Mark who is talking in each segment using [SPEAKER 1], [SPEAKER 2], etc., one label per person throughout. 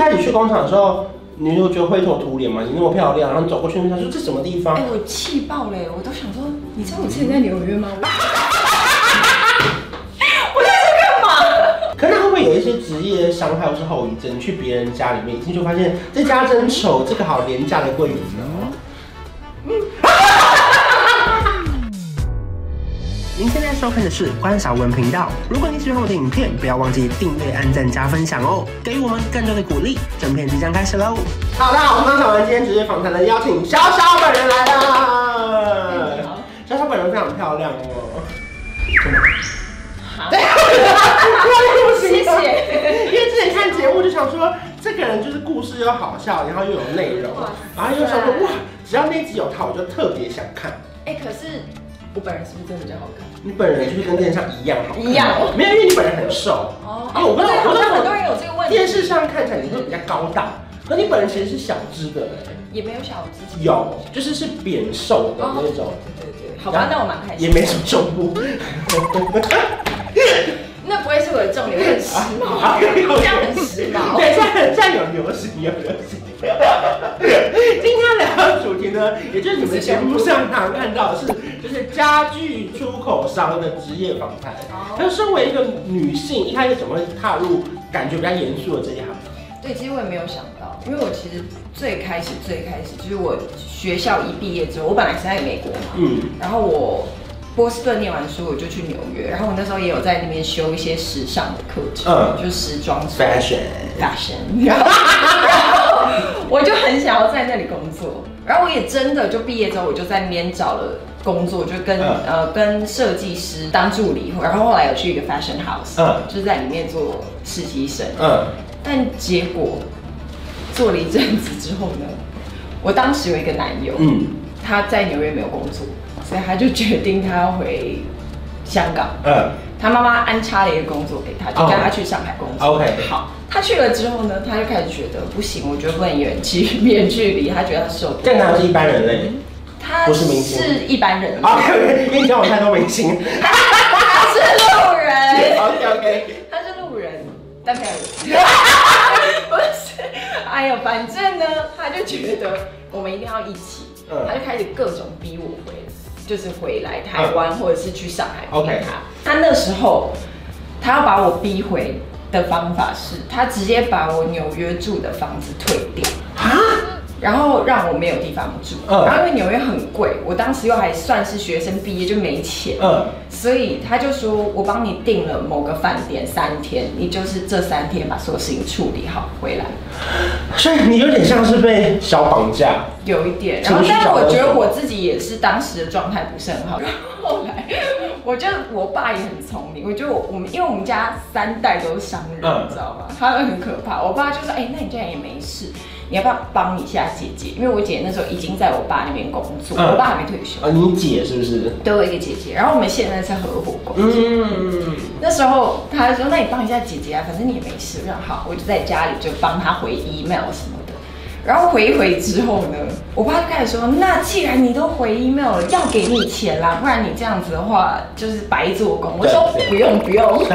[SPEAKER 1] 带你去广场的时候，女主角灰头土脸嘛，你那么漂亮，然后你走过去，她说这什么地方
[SPEAKER 2] 哎、？我气爆嘞！我都想说，你知道我之前在纽约吗？我我在这干嘛？
[SPEAKER 1] 可是会不会有一些职业伤害或是后遗症？你去别人家里面一进去发现这家真丑，这个好廉价的柜子哦。您现在收看的是关少文频道。如果你喜欢我的影片，不要忘记订阅、按赞、加分享哦，给予我们更多的鼓励。整片即将开始喽！好啦，我们关少文今天职业访谈的邀请小小本人来
[SPEAKER 2] 你
[SPEAKER 1] 啦
[SPEAKER 2] 好。
[SPEAKER 1] 小小本人非常漂亮哦。
[SPEAKER 2] 好
[SPEAKER 1] 对， 对不起
[SPEAKER 2] 谢谢
[SPEAKER 1] 因为之前看节目就想说，这个人就是故事又好笑，然后又有内容
[SPEAKER 2] 哇，
[SPEAKER 1] 然后又想说
[SPEAKER 2] 塞
[SPEAKER 1] 哇，只要那集有他，我就特别想看。
[SPEAKER 2] 哎、可是我本人是不是真的比较好看？
[SPEAKER 1] 你本人就是跟电视上一样好看
[SPEAKER 2] 一样
[SPEAKER 1] 没有，因为你本人很 瘦。
[SPEAKER 2] 哦
[SPEAKER 1] 因为我跟
[SPEAKER 2] 对，
[SPEAKER 1] 我
[SPEAKER 2] 好
[SPEAKER 1] 跟
[SPEAKER 2] 像很多人有这个问题。
[SPEAKER 1] 电视上看起来你会比较高大，可你本人其实是小只的哎，
[SPEAKER 2] 也没有小资金。
[SPEAKER 1] 有就是是扁瘦的那种，
[SPEAKER 2] 对对对，好吧，那我蛮开
[SPEAKER 1] 也
[SPEAKER 2] 心。
[SPEAKER 1] 没什么胸部。
[SPEAKER 2] 那不会是我的重点，我很时
[SPEAKER 1] 啊
[SPEAKER 2] 髦， 这样很时
[SPEAKER 1] 对，
[SPEAKER 2] 髦。
[SPEAKER 1] 现在现在有流行，有流行。 今天聊的主题呢，也就是你们节目上常看到的是，就是家具出口商的职业访谈。
[SPEAKER 2] 哦
[SPEAKER 1] 那身为一个女性，一开始怎么会踏入感觉比较严肃的这一行？
[SPEAKER 2] 对，其实我也没有想到，因为我其实最开始最开始就是我学校一毕业之后，我本来是在美国嘛，
[SPEAKER 1] 嗯，
[SPEAKER 2] 然后我波士顿念完书我就去纽约，然后我那时候也有在那边修一些时尚的课程，
[SPEAKER 1] 嗯
[SPEAKER 2] 就是时装之类的
[SPEAKER 1] fashion，
[SPEAKER 2] fashion，然后我就很想要在那里工作，然后我也真的就毕业之后我就在那边找了工作，就跟、
[SPEAKER 1] 嗯
[SPEAKER 2] 呃跟设计师当助理，然后后来有去一个 fashion house，、
[SPEAKER 1] 嗯
[SPEAKER 2] 就是在里面做实习生，
[SPEAKER 1] 嗯，
[SPEAKER 2] 但结果做了一阵子之后呢，我当时有一个男友，
[SPEAKER 1] 嗯，
[SPEAKER 2] 他在纽约没有工作，所以他就决定他要回香港。
[SPEAKER 1] 嗯，
[SPEAKER 2] 他妈妈安插了一个工作给他，就跟他去上海工作。
[SPEAKER 1] 哦，OK
[SPEAKER 2] 好，他去了之后呢，他就开始觉得不行，我觉得不能远距远距离，他觉得他受不
[SPEAKER 1] 这
[SPEAKER 2] 了。
[SPEAKER 1] 样当然是一般人类。
[SPEAKER 2] 他
[SPEAKER 1] 不是明星
[SPEAKER 2] 是一般人，他
[SPEAKER 1] OK，因为你讲我太多明星。
[SPEAKER 2] 是路人，
[SPEAKER 1] OK OK，
[SPEAKER 2] 他是路人，但没有人。不是，哎呦，反正呢，他就觉得我们一定要一起，
[SPEAKER 1] 嗯
[SPEAKER 2] 他就开始各种逼我回，就是回来台湾、或者是去上海陪
[SPEAKER 1] OK
[SPEAKER 2] 他。他那时候他要把我逼回的方法是，他直接把我纽约住的房子退掉。然后让我没有地方住，
[SPEAKER 1] 啊嗯
[SPEAKER 2] 然后因为纽约很贵，我当时又还算是学生毕业就没钱，
[SPEAKER 1] 嗯，
[SPEAKER 2] 所以他就说我帮你订了某个饭店三天，你就是这三天把所有事情处理好回来，
[SPEAKER 1] 所以你有点像是被小绑架。
[SPEAKER 2] 有一点。然
[SPEAKER 1] 情
[SPEAKER 2] 后
[SPEAKER 1] 绪，
[SPEAKER 2] 但是
[SPEAKER 1] 小
[SPEAKER 2] 我
[SPEAKER 1] 勒
[SPEAKER 2] 觉得
[SPEAKER 1] 索
[SPEAKER 2] 我自己也是当时的状态不是很好。然后后来，我觉得我爸也很聪明，我觉得我我们因为我们家三代都是商人，
[SPEAKER 1] 嗯
[SPEAKER 2] 你知道吗？他们很可怕。我爸就说：“哎、那你这样也没事。”你要不要帮一下姐姐？因为我姐那时候已经在我爸那边工作，
[SPEAKER 1] 嗯
[SPEAKER 2] 我爸还没退休，
[SPEAKER 1] 啊，你姐是不是？
[SPEAKER 2] 都有一个姐姐。然后我们现在是合伙工作，
[SPEAKER 1] 嗯，
[SPEAKER 2] 那时候他还说：“那你帮一下姐姐啊，反正你也没事。”我想好，我就在家里就帮他回 email 什么的。然后回一回之后呢，我爸就开始说：“那既然你都回 email 了，要给你钱啦，不然你这样子的话就是白做工。”我说：“
[SPEAKER 1] 对对
[SPEAKER 2] 不用不用，不用。”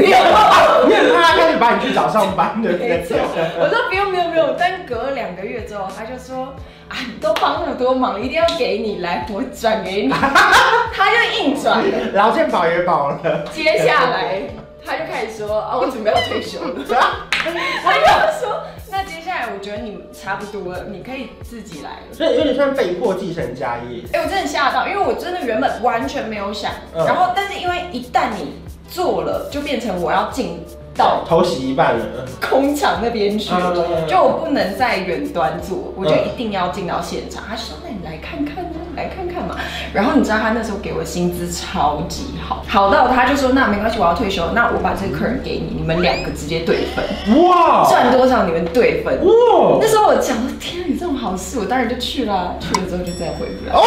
[SPEAKER 1] 因为他开始把你去找上班的，
[SPEAKER 2] 没错，我说不用不用不用，但隔了两个月之后，他就说啊，你都帮那么多忙，一定要给你来，我转给你， 他就硬转了。
[SPEAKER 1] 劳健保也保了，
[SPEAKER 2] 接下来他就开始说啊，我准备要退休了。他就说，那接下来我觉得你差不多了，你可以自己来了。
[SPEAKER 1] 所以有点算被迫继承家业。
[SPEAKER 2] 哎、我真的吓到，因为我真的原本完全没有想，
[SPEAKER 1] 嗯
[SPEAKER 2] 然后但是因为一旦你做了，就变成我要进到
[SPEAKER 1] 头洗一半了，
[SPEAKER 2] 工厂那边去，
[SPEAKER 1] 嗯
[SPEAKER 2] 就我不能在远端做，我就一定要进到现场。他说：“那你来看看啊，来看看嘛。”然后你知道他那时候给我薪资超级好，好到他就说：“那没关系，我要退休，那我把这个客人给你，你们两个直接对分，
[SPEAKER 1] 哇，
[SPEAKER 2] 赚多少你们对分。”
[SPEAKER 1] 哇
[SPEAKER 2] 那，时候我讲，天啊，你这种好事，我当然就去啦。去了之后就再也回不来。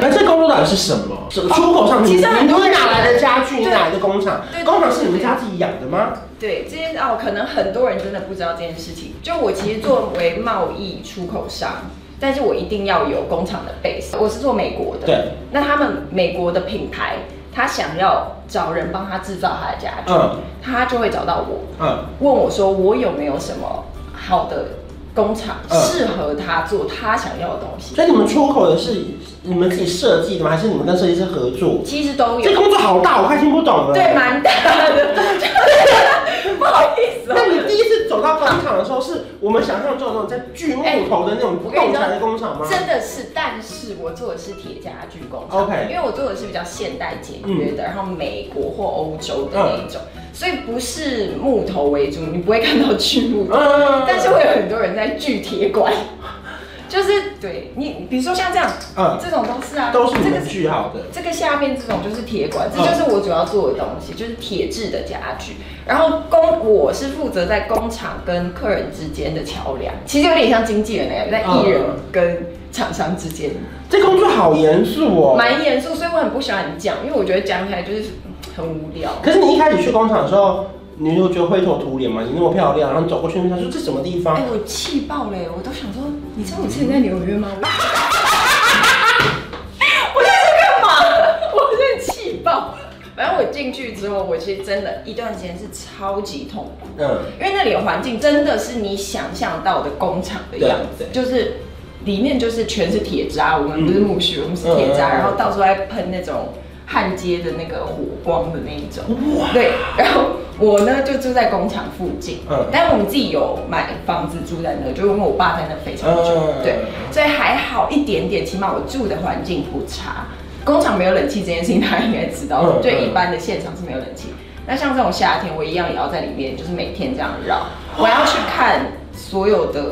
[SPEAKER 1] 那这工作到底是什么？什么出口上？
[SPEAKER 2] 哦
[SPEAKER 1] 你
[SPEAKER 2] 其实很
[SPEAKER 1] 你
[SPEAKER 2] 多
[SPEAKER 1] 是
[SPEAKER 2] 人
[SPEAKER 1] 哪来的家具？
[SPEAKER 2] 对
[SPEAKER 1] 你哪来的工厂
[SPEAKER 2] 对对？
[SPEAKER 1] 工厂是你们家自己养的吗？
[SPEAKER 2] 对这件哦，可能很多人真的不知道这件事情。就我其实作为贸易出口商，但是我一定要有工厂的 base。我是做美国的，
[SPEAKER 1] 对。
[SPEAKER 2] 那他们美国的品牌，他想要找人帮他制造他的家具，
[SPEAKER 1] 嗯
[SPEAKER 2] 他就会找到我，
[SPEAKER 1] 嗯
[SPEAKER 2] 问我说我有没有什么好的工厂
[SPEAKER 1] 嗯
[SPEAKER 2] 适合他做他想要的东西，
[SPEAKER 1] 所以你们出口的是你们自己设计的吗？还是你们跟设计师合作？
[SPEAKER 2] 其实都
[SPEAKER 1] 这
[SPEAKER 2] 哦有，
[SPEAKER 1] 工作好大，我快听不懂了。
[SPEAKER 2] 对，蛮大 的， 不好意思、
[SPEAKER 1] 那你
[SPEAKER 2] 哦。
[SPEAKER 1] 第一次走到工厂的时候，是我们想象中的那种在锯
[SPEAKER 2] 哎
[SPEAKER 1] 木头的那种不动产的工厂吗？
[SPEAKER 2] 真的是，但是我做的是铁家具工厂
[SPEAKER 1] OK 嗯
[SPEAKER 2] 因为我做的是比较现代简约的，然后美国或欧洲的那一种，所以不是木头为主，你不会看到锯木头，
[SPEAKER 1] 嗯
[SPEAKER 2] 但是会有很多人在锯铁管，就是对你，比如说像这样，
[SPEAKER 1] 嗯，
[SPEAKER 2] 这种都是啊，
[SPEAKER 1] 都是你
[SPEAKER 2] 这个
[SPEAKER 1] 们锯好的。
[SPEAKER 2] 这个下面这种就是铁管，这
[SPEAKER 1] 嗯
[SPEAKER 2] 就是我主要做的东西，就是铁制的家具。然后工我是负责在工厂跟客人之间的桥梁，其实有点像经纪人那样，在
[SPEAKER 1] 嗯
[SPEAKER 2] 艺人跟厂商之间，
[SPEAKER 1] 这工作好严肃哦。
[SPEAKER 2] 蛮严肃，所以我很不喜欢讲，因为我觉得讲起来就是嗯很无聊。
[SPEAKER 1] 可是你一开始去工厂的时候，你就觉得灰头土脸嘛？你那么漂亮，然后你走过去，他说这什么地
[SPEAKER 2] 哎
[SPEAKER 1] 方？，
[SPEAKER 2] 我气爆了耶，欸我都想说，你知道我之前在纽约 吗？我我在这干嘛？ 我真的气爆。反正我进去之后，我其实真的一段时间是超级痛苦。
[SPEAKER 1] 嗯，
[SPEAKER 2] 因为那里的环境真的是你想象到的工厂的样子
[SPEAKER 1] 对，对
[SPEAKER 2] 就是里面就是全是铁渣，我们不是木须，我们是铁渣，
[SPEAKER 1] 嗯嗯嗯
[SPEAKER 2] 然后到处在喷那种焊接的那个火光的那一种。
[SPEAKER 1] 哇，
[SPEAKER 2] 对，然后我呢就住在工厂附近，
[SPEAKER 1] 嗯
[SPEAKER 2] 但我们自己有买房子住在那，就因为我爸在那非常久，
[SPEAKER 1] 嗯
[SPEAKER 2] 对，所以还好一点点，起码我住的环境不差。工厂没有冷气这件事情， 大家应该知道，
[SPEAKER 1] 嗯
[SPEAKER 2] 就
[SPEAKER 1] 嗯
[SPEAKER 2] 一般的现场是没有冷气。那像这种夏天，我一样也要在里面，就是每天这样绕，我要去看所有的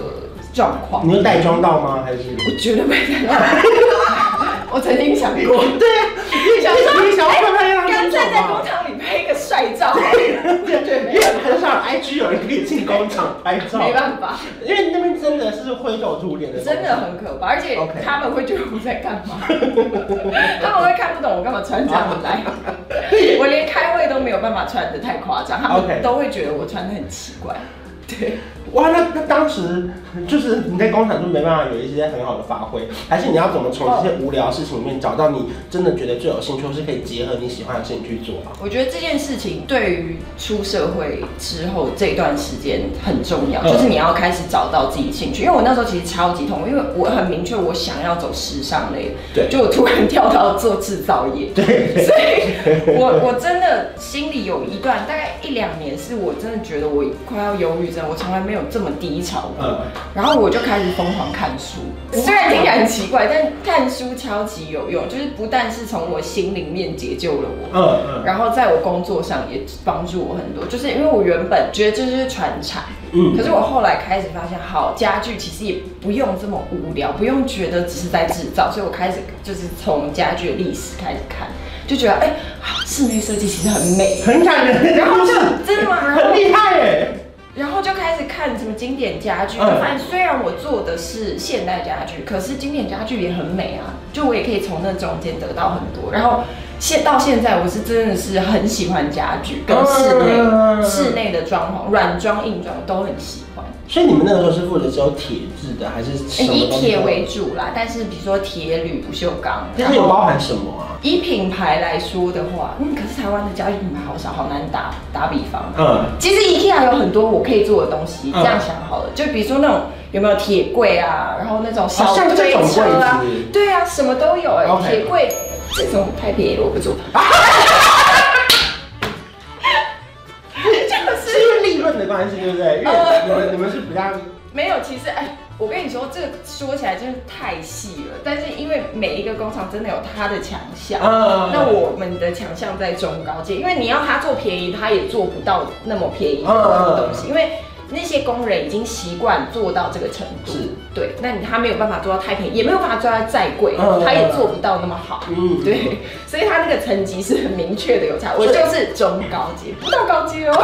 [SPEAKER 2] 状况。
[SPEAKER 1] 你会带妆到吗？还 是？
[SPEAKER 2] 我绝对不会再绕， 我曾经想过，
[SPEAKER 1] 对啊，你想你想要漂漂亮亮工
[SPEAKER 2] 干脆
[SPEAKER 1] 作
[SPEAKER 2] 哎在
[SPEAKER 1] 吗
[SPEAKER 2] 工？厂里拍一个帅照，
[SPEAKER 1] 啊 对对，因为很少有 IG 有人可以进工厂拍照，
[SPEAKER 2] 没办 法。
[SPEAKER 1] 因为那边真的是灰头土脸的，
[SPEAKER 2] 真的。很可怕，而且
[SPEAKER 1] OK
[SPEAKER 2] 他们会觉得我在干嘛， 他们会看不懂我干嘛穿这样子 来，我连开会都没有办法穿的太夸张，他
[SPEAKER 1] OK
[SPEAKER 2] 们都会觉得我穿的很奇怪。对，
[SPEAKER 1] 哇，那那当时就是你在工厂就没办法有一些很好的发挥，还是你要怎么从这些无聊的事情里面找到你真的觉得最有兴趣，或是可以结合你喜欢的事情去做啊？
[SPEAKER 2] 我觉得这件事情对于出社会之后这段时间很重要，
[SPEAKER 1] 嗯
[SPEAKER 2] 就是你要开始找到自己兴趣。因为我那时候其实超级痛苦，因为我很明确我想要走时尚类，
[SPEAKER 1] 对
[SPEAKER 2] 就我突然跳到做制造业，
[SPEAKER 1] 对，
[SPEAKER 2] 所以我我真的心里有一段大概一两年，是我真的觉得我快要忧郁症，我从来没有这么低潮过。
[SPEAKER 1] 嗯，
[SPEAKER 2] 然后我就开始疯狂看书，虽然听起来很奇怪，但看书超级有用，就是不但是从我心里面解救了我。
[SPEAKER 1] 嗯嗯
[SPEAKER 2] 然后在我工作上也帮助我很多，就是因为我原本觉得这就是传产，
[SPEAKER 1] 嗯
[SPEAKER 2] 可是我后来开始发现，好家具其实也不用这么无聊，不用觉得只是在制造，所以我开始就是从家具的历史开始看，就觉得哎、啊室内设计其实很 美，
[SPEAKER 1] 很感人，
[SPEAKER 2] 然
[SPEAKER 1] 故
[SPEAKER 2] 后就
[SPEAKER 1] 事
[SPEAKER 2] 真的吗？然后
[SPEAKER 1] 很厉害哎，
[SPEAKER 2] 然后就开始看什么经典家具，就
[SPEAKER 1] 嗯
[SPEAKER 2] 发现虽然我做的是现代家具，可是经典家具也很美啊，就我也可以从那中间得到很多。然后现到现在，我是真的是很喜欢家具跟室内、
[SPEAKER 1] 嗯
[SPEAKER 2] 室内的装潢，软装硬装都很喜欢。
[SPEAKER 1] 所以你们那个时候是负责只有铁制的，还是什么
[SPEAKER 2] 以
[SPEAKER 1] 东西
[SPEAKER 2] 铁为主啦，但是比如说铁、铝、不锈钢，
[SPEAKER 1] 那有包含什么啊？
[SPEAKER 2] 以品牌来说的话，嗯，可是台湾的家具品牌好少，好难打打比方。啊
[SPEAKER 1] 嗯，
[SPEAKER 2] 其实 IKEA 有很多我可以做的东西，
[SPEAKER 1] 嗯
[SPEAKER 2] 这样想好了，就比如说那种有没有铁柜啊，然后那种小
[SPEAKER 1] 哦像这
[SPEAKER 2] 推
[SPEAKER 1] 种
[SPEAKER 2] 车啊
[SPEAKER 1] 柜子，
[SPEAKER 2] 对啊，什么都有哎、
[SPEAKER 1] OK
[SPEAKER 2] 铁柜这种太便宜了，我不 做。就是
[SPEAKER 1] 是因为利润的关系，对不对？因为你们你们是比较
[SPEAKER 2] 没有，其实哎，我跟你说，这个说起来真的太细了，但是因为每一个工厂真的有它的强项。
[SPEAKER 1] 嗯
[SPEAKER 2] 呃那我们的强项在中高阶，因为你要他做便宜，他也做不到那么便
[SPEAKER 1] 嗯
[SPEAKER 2] 宜的东西，因为那些工人已经习惯做到这个程度。
[SPEAKER 1] 是
[SPEAKER 2] 对，那你他没有办法做到太便宜，也没有办法做到再贵，
[SPEAKER 1] 嗯
[SPEAKER 2] 他也做不到那么好。
[SPEAKER 1] 嗯
[SPEAKER 2] 对，所以他那个层级是很明确的有差。我
[SPEAKER 1] 是
[SPEAKER 2] 就是中高阶，不到 高阶哦。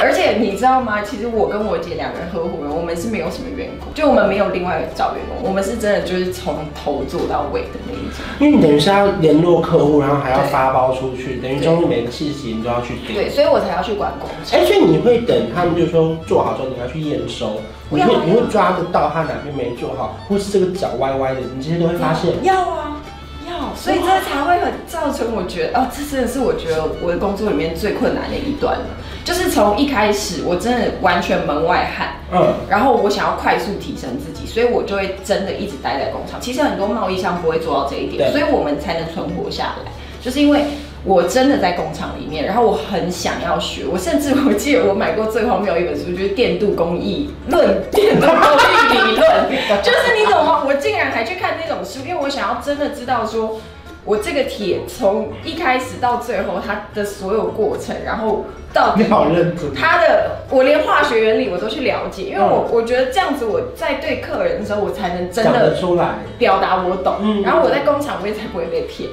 [SPEAKER 2] 而且你知道吗？其实我跟我姐两个人合伙人，我们是没有什么员工，就我们没有另外找员工，我们是真的就是从头做到尾的那一种。
[SPEAKER 1] 因为你等于是要联络客户，然后还要发包出去，等于中间每个细节你都要去盯。
[SPEAKER 2] 对，所以我才要去管工厂。
[SPEAKER 1] 哎、所以你会等他们就说做好之后，你要去验收，
[SPEAKER 2] 不
[SPEAKER 1] 你
[SPEAKER 2] 要啊
[SPEAKER 1] 会你会抓得到他哪边没做好，或是这个脚歪歪的，你这些都会发现。
[SPEAKER 2] 要啊，要。哦，所以这才会很造成我觉得，哦，这真的是我觉得我的工作里面最困难的一段了。就是从一开始，我真的完全门外汉，
[SPEAKER 1] 嗯，
[SPEAKER 2] 然后我想要快速提升自己，所以我就会真的一直待在工厂。其实很多贸易商不会做到这一点，
[SPEAKER 1] 对
[SPEAKER 2] 所以我们才能存活下来，就是因为。我真的在工厂里面，然后我很想要学，我甚至我记得我买过最荒谬的一本书，就是《电镀工艺论》，电镀工艺理论，就是你懂吗？我竟然还去看那种书，因为我想要真的知道说，我这个铁从一开始到最后它的所有过程，然后到
[SPEAKER 1] 你
[SPEAKER 2] 底
[SPEAKER 1] 好认真。
[SPEAKER 2] 它的，我连化学原理我都去了解，因为我我觉得这样子我在对客人的时候，我才能真
[SPEAKER 1] 嗯讲得
[SPEAKER 2] 的
[SPEAKER 1] 出来，
[SPEAKER 2] 表达我懂，
[SPEAKER 1] 嗯
[SPEAKER 2] 然后我在工厂我也才不会被骗，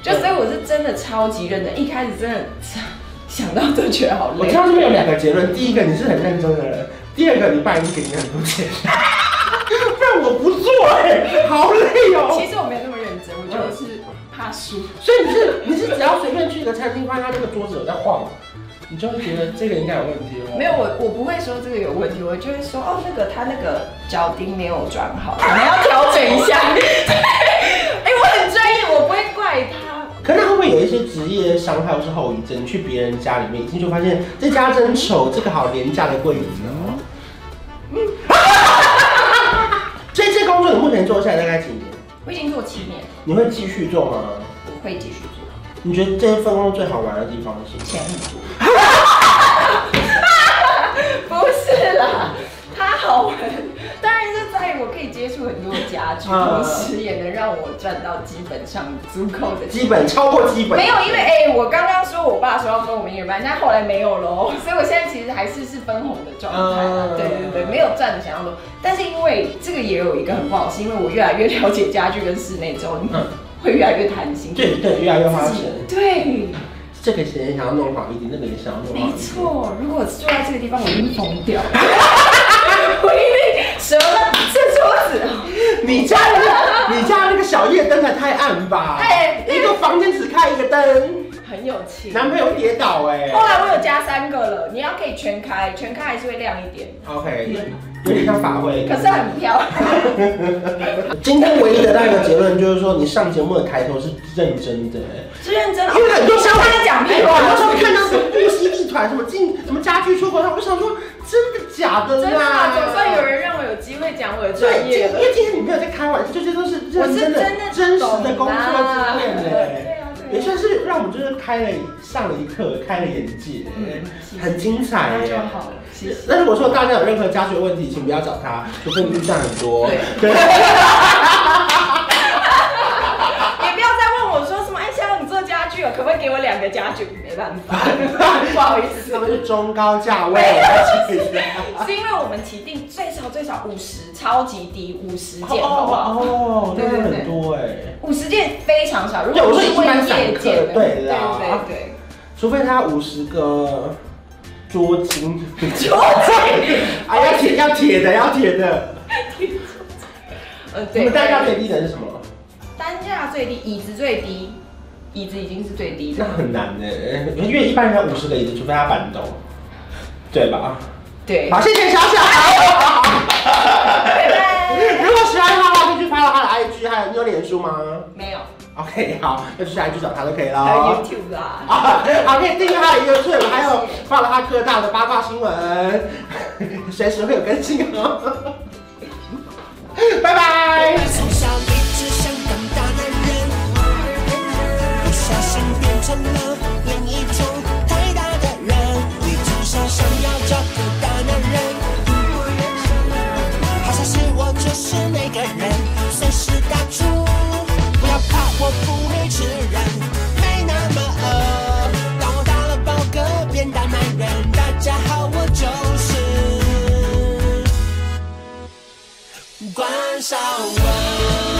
[SPEAKER 2] 就所以我是真的超级认真，一开始真的想到都觉得好
[SPEAKER 1] 我
[SPEAKER 2] 累
[SPEAKER 1] 知。道这边有两个结论，第一个你是很认真的人，第二个你爸已经给你很多钱， 不然我不做哎、好累哦、
[SPEAKER 2] 其实我没有那么认真，我觉得是怕输。
[SPEAKER 1] 所以你是你是只要随便去一个餐厅，发现他那个桌子有在晃，你就会觉得这个应该有问题哦了。
[SPEAKER 2] 没有，我我不会说这个有问题，我就会说哦，那个他那个脚钉没有转好，可能要调整一下。
[SPEAKER 1] 哦
[SPEAKER 2] 对， 哎、我很专业，我不会怪他。
[SPEAKER 1] 可是会不会有一些职业伤害或是后遗症？你去别人家里面一进去发现这家真丑，这个好廉价的桂鱼哦。
[SPEAKER 2] 嗯
[SPEAKER 1] 所以这工作你目前做下来大概几年？
[SPEAKER 2] 我已经做七年了，
[SPEAKER 1] 你会继续做吗？
[SPEAKER 2] 我会继续做，
[SPEAKER 1] 你觉得这份工作最好玩的地方是什么？
[SPEAKER 2] 钱很多。 不是啦，它好玩，当然是在于我可以接触很多家具，同时也能让我赚到基本上足够的钱。
[SPEAKER 1] 基本超过基本
[SPEAKER 2] 没有，因为哎、我刚刚说我爸说要分我们一人半，但后来没有喽， 所以我现在其实还是是分红的状态啦。
[SPEAKER 1] 嗯
[SPEAKER 2] 对对对，没有赚的想要多，但是因为这个也有一个很不好，是因为我越来越了解家具跟室内之后，你
[SPEAKER 1] 嗯
[SPEAKER 2] 会越来越贪心。
[SPEAKER 1] 对对，越来越花钱。
[SPEAKER 2] 对，
[SPEAKER 1] 这个钱也想要弄好一点，那个也想要弄好一
[SPEAKER 2] 没
[SPEAKER 1] 点。
[SPEAKER 2] 错。如果坐在这个地方，我一定疯掉。 我一定什么这桌子哦，
[SPEAKER 1] 你家的那个，你家的那个小夜灯才啊太暗吧？
[SPEAKER 2] 哎
[SPEAKER 1] 一个房间只开一个灯，
[SPEAKER 2] 很有气。
[SPEAKER 1] 男朋友跌倒哎、
[SPEAKER 2] 后来我有加三个了，你要可以全开，全开还是会亮一点，
[SPEAKER 1] OK，有点像法会。
[SPEAKER 2] 可是很飘。
[SPEAKER 1] 今天唯一得到一个结论就是说，你上节目的开头是认真的、欸，
[SPEAKER 2] 是认真的，
[SPEAKER 1] 因为很多时候
[SPEAKER 2] 他在讲屁
[SPEAKER 1] 哎
[SPEAKER 2] 话，
[SPEAKER 1] 很多时候看到什么布西地团、什么进、什么家具出口上，我就想说，真的假的
[SPEAKER 2] 真的
[SPEAKER 1] 啦
[SPEAKER 2] 啊，？总算有人让我有机会讲我的专
[SPEAKER 1] 对，
[SPEAKER 2] 业
[SPEAKER 1] 因
[SPEAKER 2] 了。
[SPEAKER 1] 为今天你没有在开玩笑，这些都是
[SPEAKER 2] 我
[SPEAKER 1] 认
[SPEAKER 2] 是
[SPEAKER 1] 真的、
[SPEAKER 2] 真的
[SPEAKER 1] 真实的
[SPEAKER 2] 懂
[SPEAKER 1] 工作
[SPEAKER 2] 啦
[SPEAKER 1] 经验
[SPEAKER 2] 对
[SPEAKER 1] 嘞
[SPEAKER 2] 啊对啊，
[SPEAKER 1] 也算是让我们就是开了上了一课，开了眼界哎
[SPEAKER 2] 嗯，
[SPEAKER 1] 很精彩
[SPEAKER 2] 那
[SPEAKER 1] 耶
[SPEAKER 2] 就。哎好了，谢谢。
[SPEAKER 1] 那如果说大家有任何家学问题，请不要找他，除非你遇上很多。对。
[SPEAKER 2] 也不要再问我说什么，哎，香香你做家具了，可不可以给我两个家具？没办 法，不好意思啊
[SPEAKER 1] 他。们是中高价位，
[SPEAKER 2] 是因为我们起订最少最少五十，超级低五十件，好不好？
[SPEAKER 1] 哦，那是很多哎，
[SPEAKER 2] 五十件非常少，如
[SPEAKER 1] 对
[SPEAKER 2] 果
[SPEAKER 1] 我说
[SPEAKER 2] 是
[SPEAKER 1] 一般
[SPEAKER 2] 问
[SPEAKER 1] 散
[SPEAKER 2] 业
[SPEAKER 1] 客
[SPEAKER 2] 界的，
[SPEAKER 1] 对
[SPEAKER 2] 对
[SPEAKER 1] 啦
[SPEAKER 2] 对对。
[SPEAKER 1] 除非他五十个捉 金，
[SPEAKER 2] 桌 子，
[SPEAKER 1] 啊，要铁要铁的要铁的，
[SPEAKER 2] 呃，
[SPEAKER 1] 你
[SPEAKER 2] 对，
[SPEAKER 1] 们大家最低的是什么？
[SPEAKER 2] 单价最低，椅子最低，椅子已经是最低
[SPEAKER 1] 那
[SPEAKER 2] 的。
[SPEAKER 1] 很难呢，因为一般人五十个椅子，除非他板凳，对吧？
[SPEAKER 2] 对，
[SPEAKER 1] 好，谢谢小小。
[SPEAKER 2] 拜拜。
[SPEAKER 1] 如果喜欢他的话，就去 follow 他的 IG，还有你有脸书吗
[SPEAKER 2] 没有，
[SPEAKER 1] ？OK，好，要去 IG 找他就可以
[SPEAKER 2] 还有
[SPEAKER 1] 了。
[SPEAKER 2] YouTube 啦。
[SPEAKER 1] 啊， 好，可以订阅他的 YouTube，还有放了他各大的八卦新闻， 随时会有更新哦。 拜拜。
[SPEAKER 3] 从小一直想当大男人，不小心变成了另一种太大的人，一直想想要找个大男人，好像是我就是那个人，随时打住，不要怕，我不会吃人，没那么饿。当我打了饱嗝，变大男人，大家好，我就是关少文。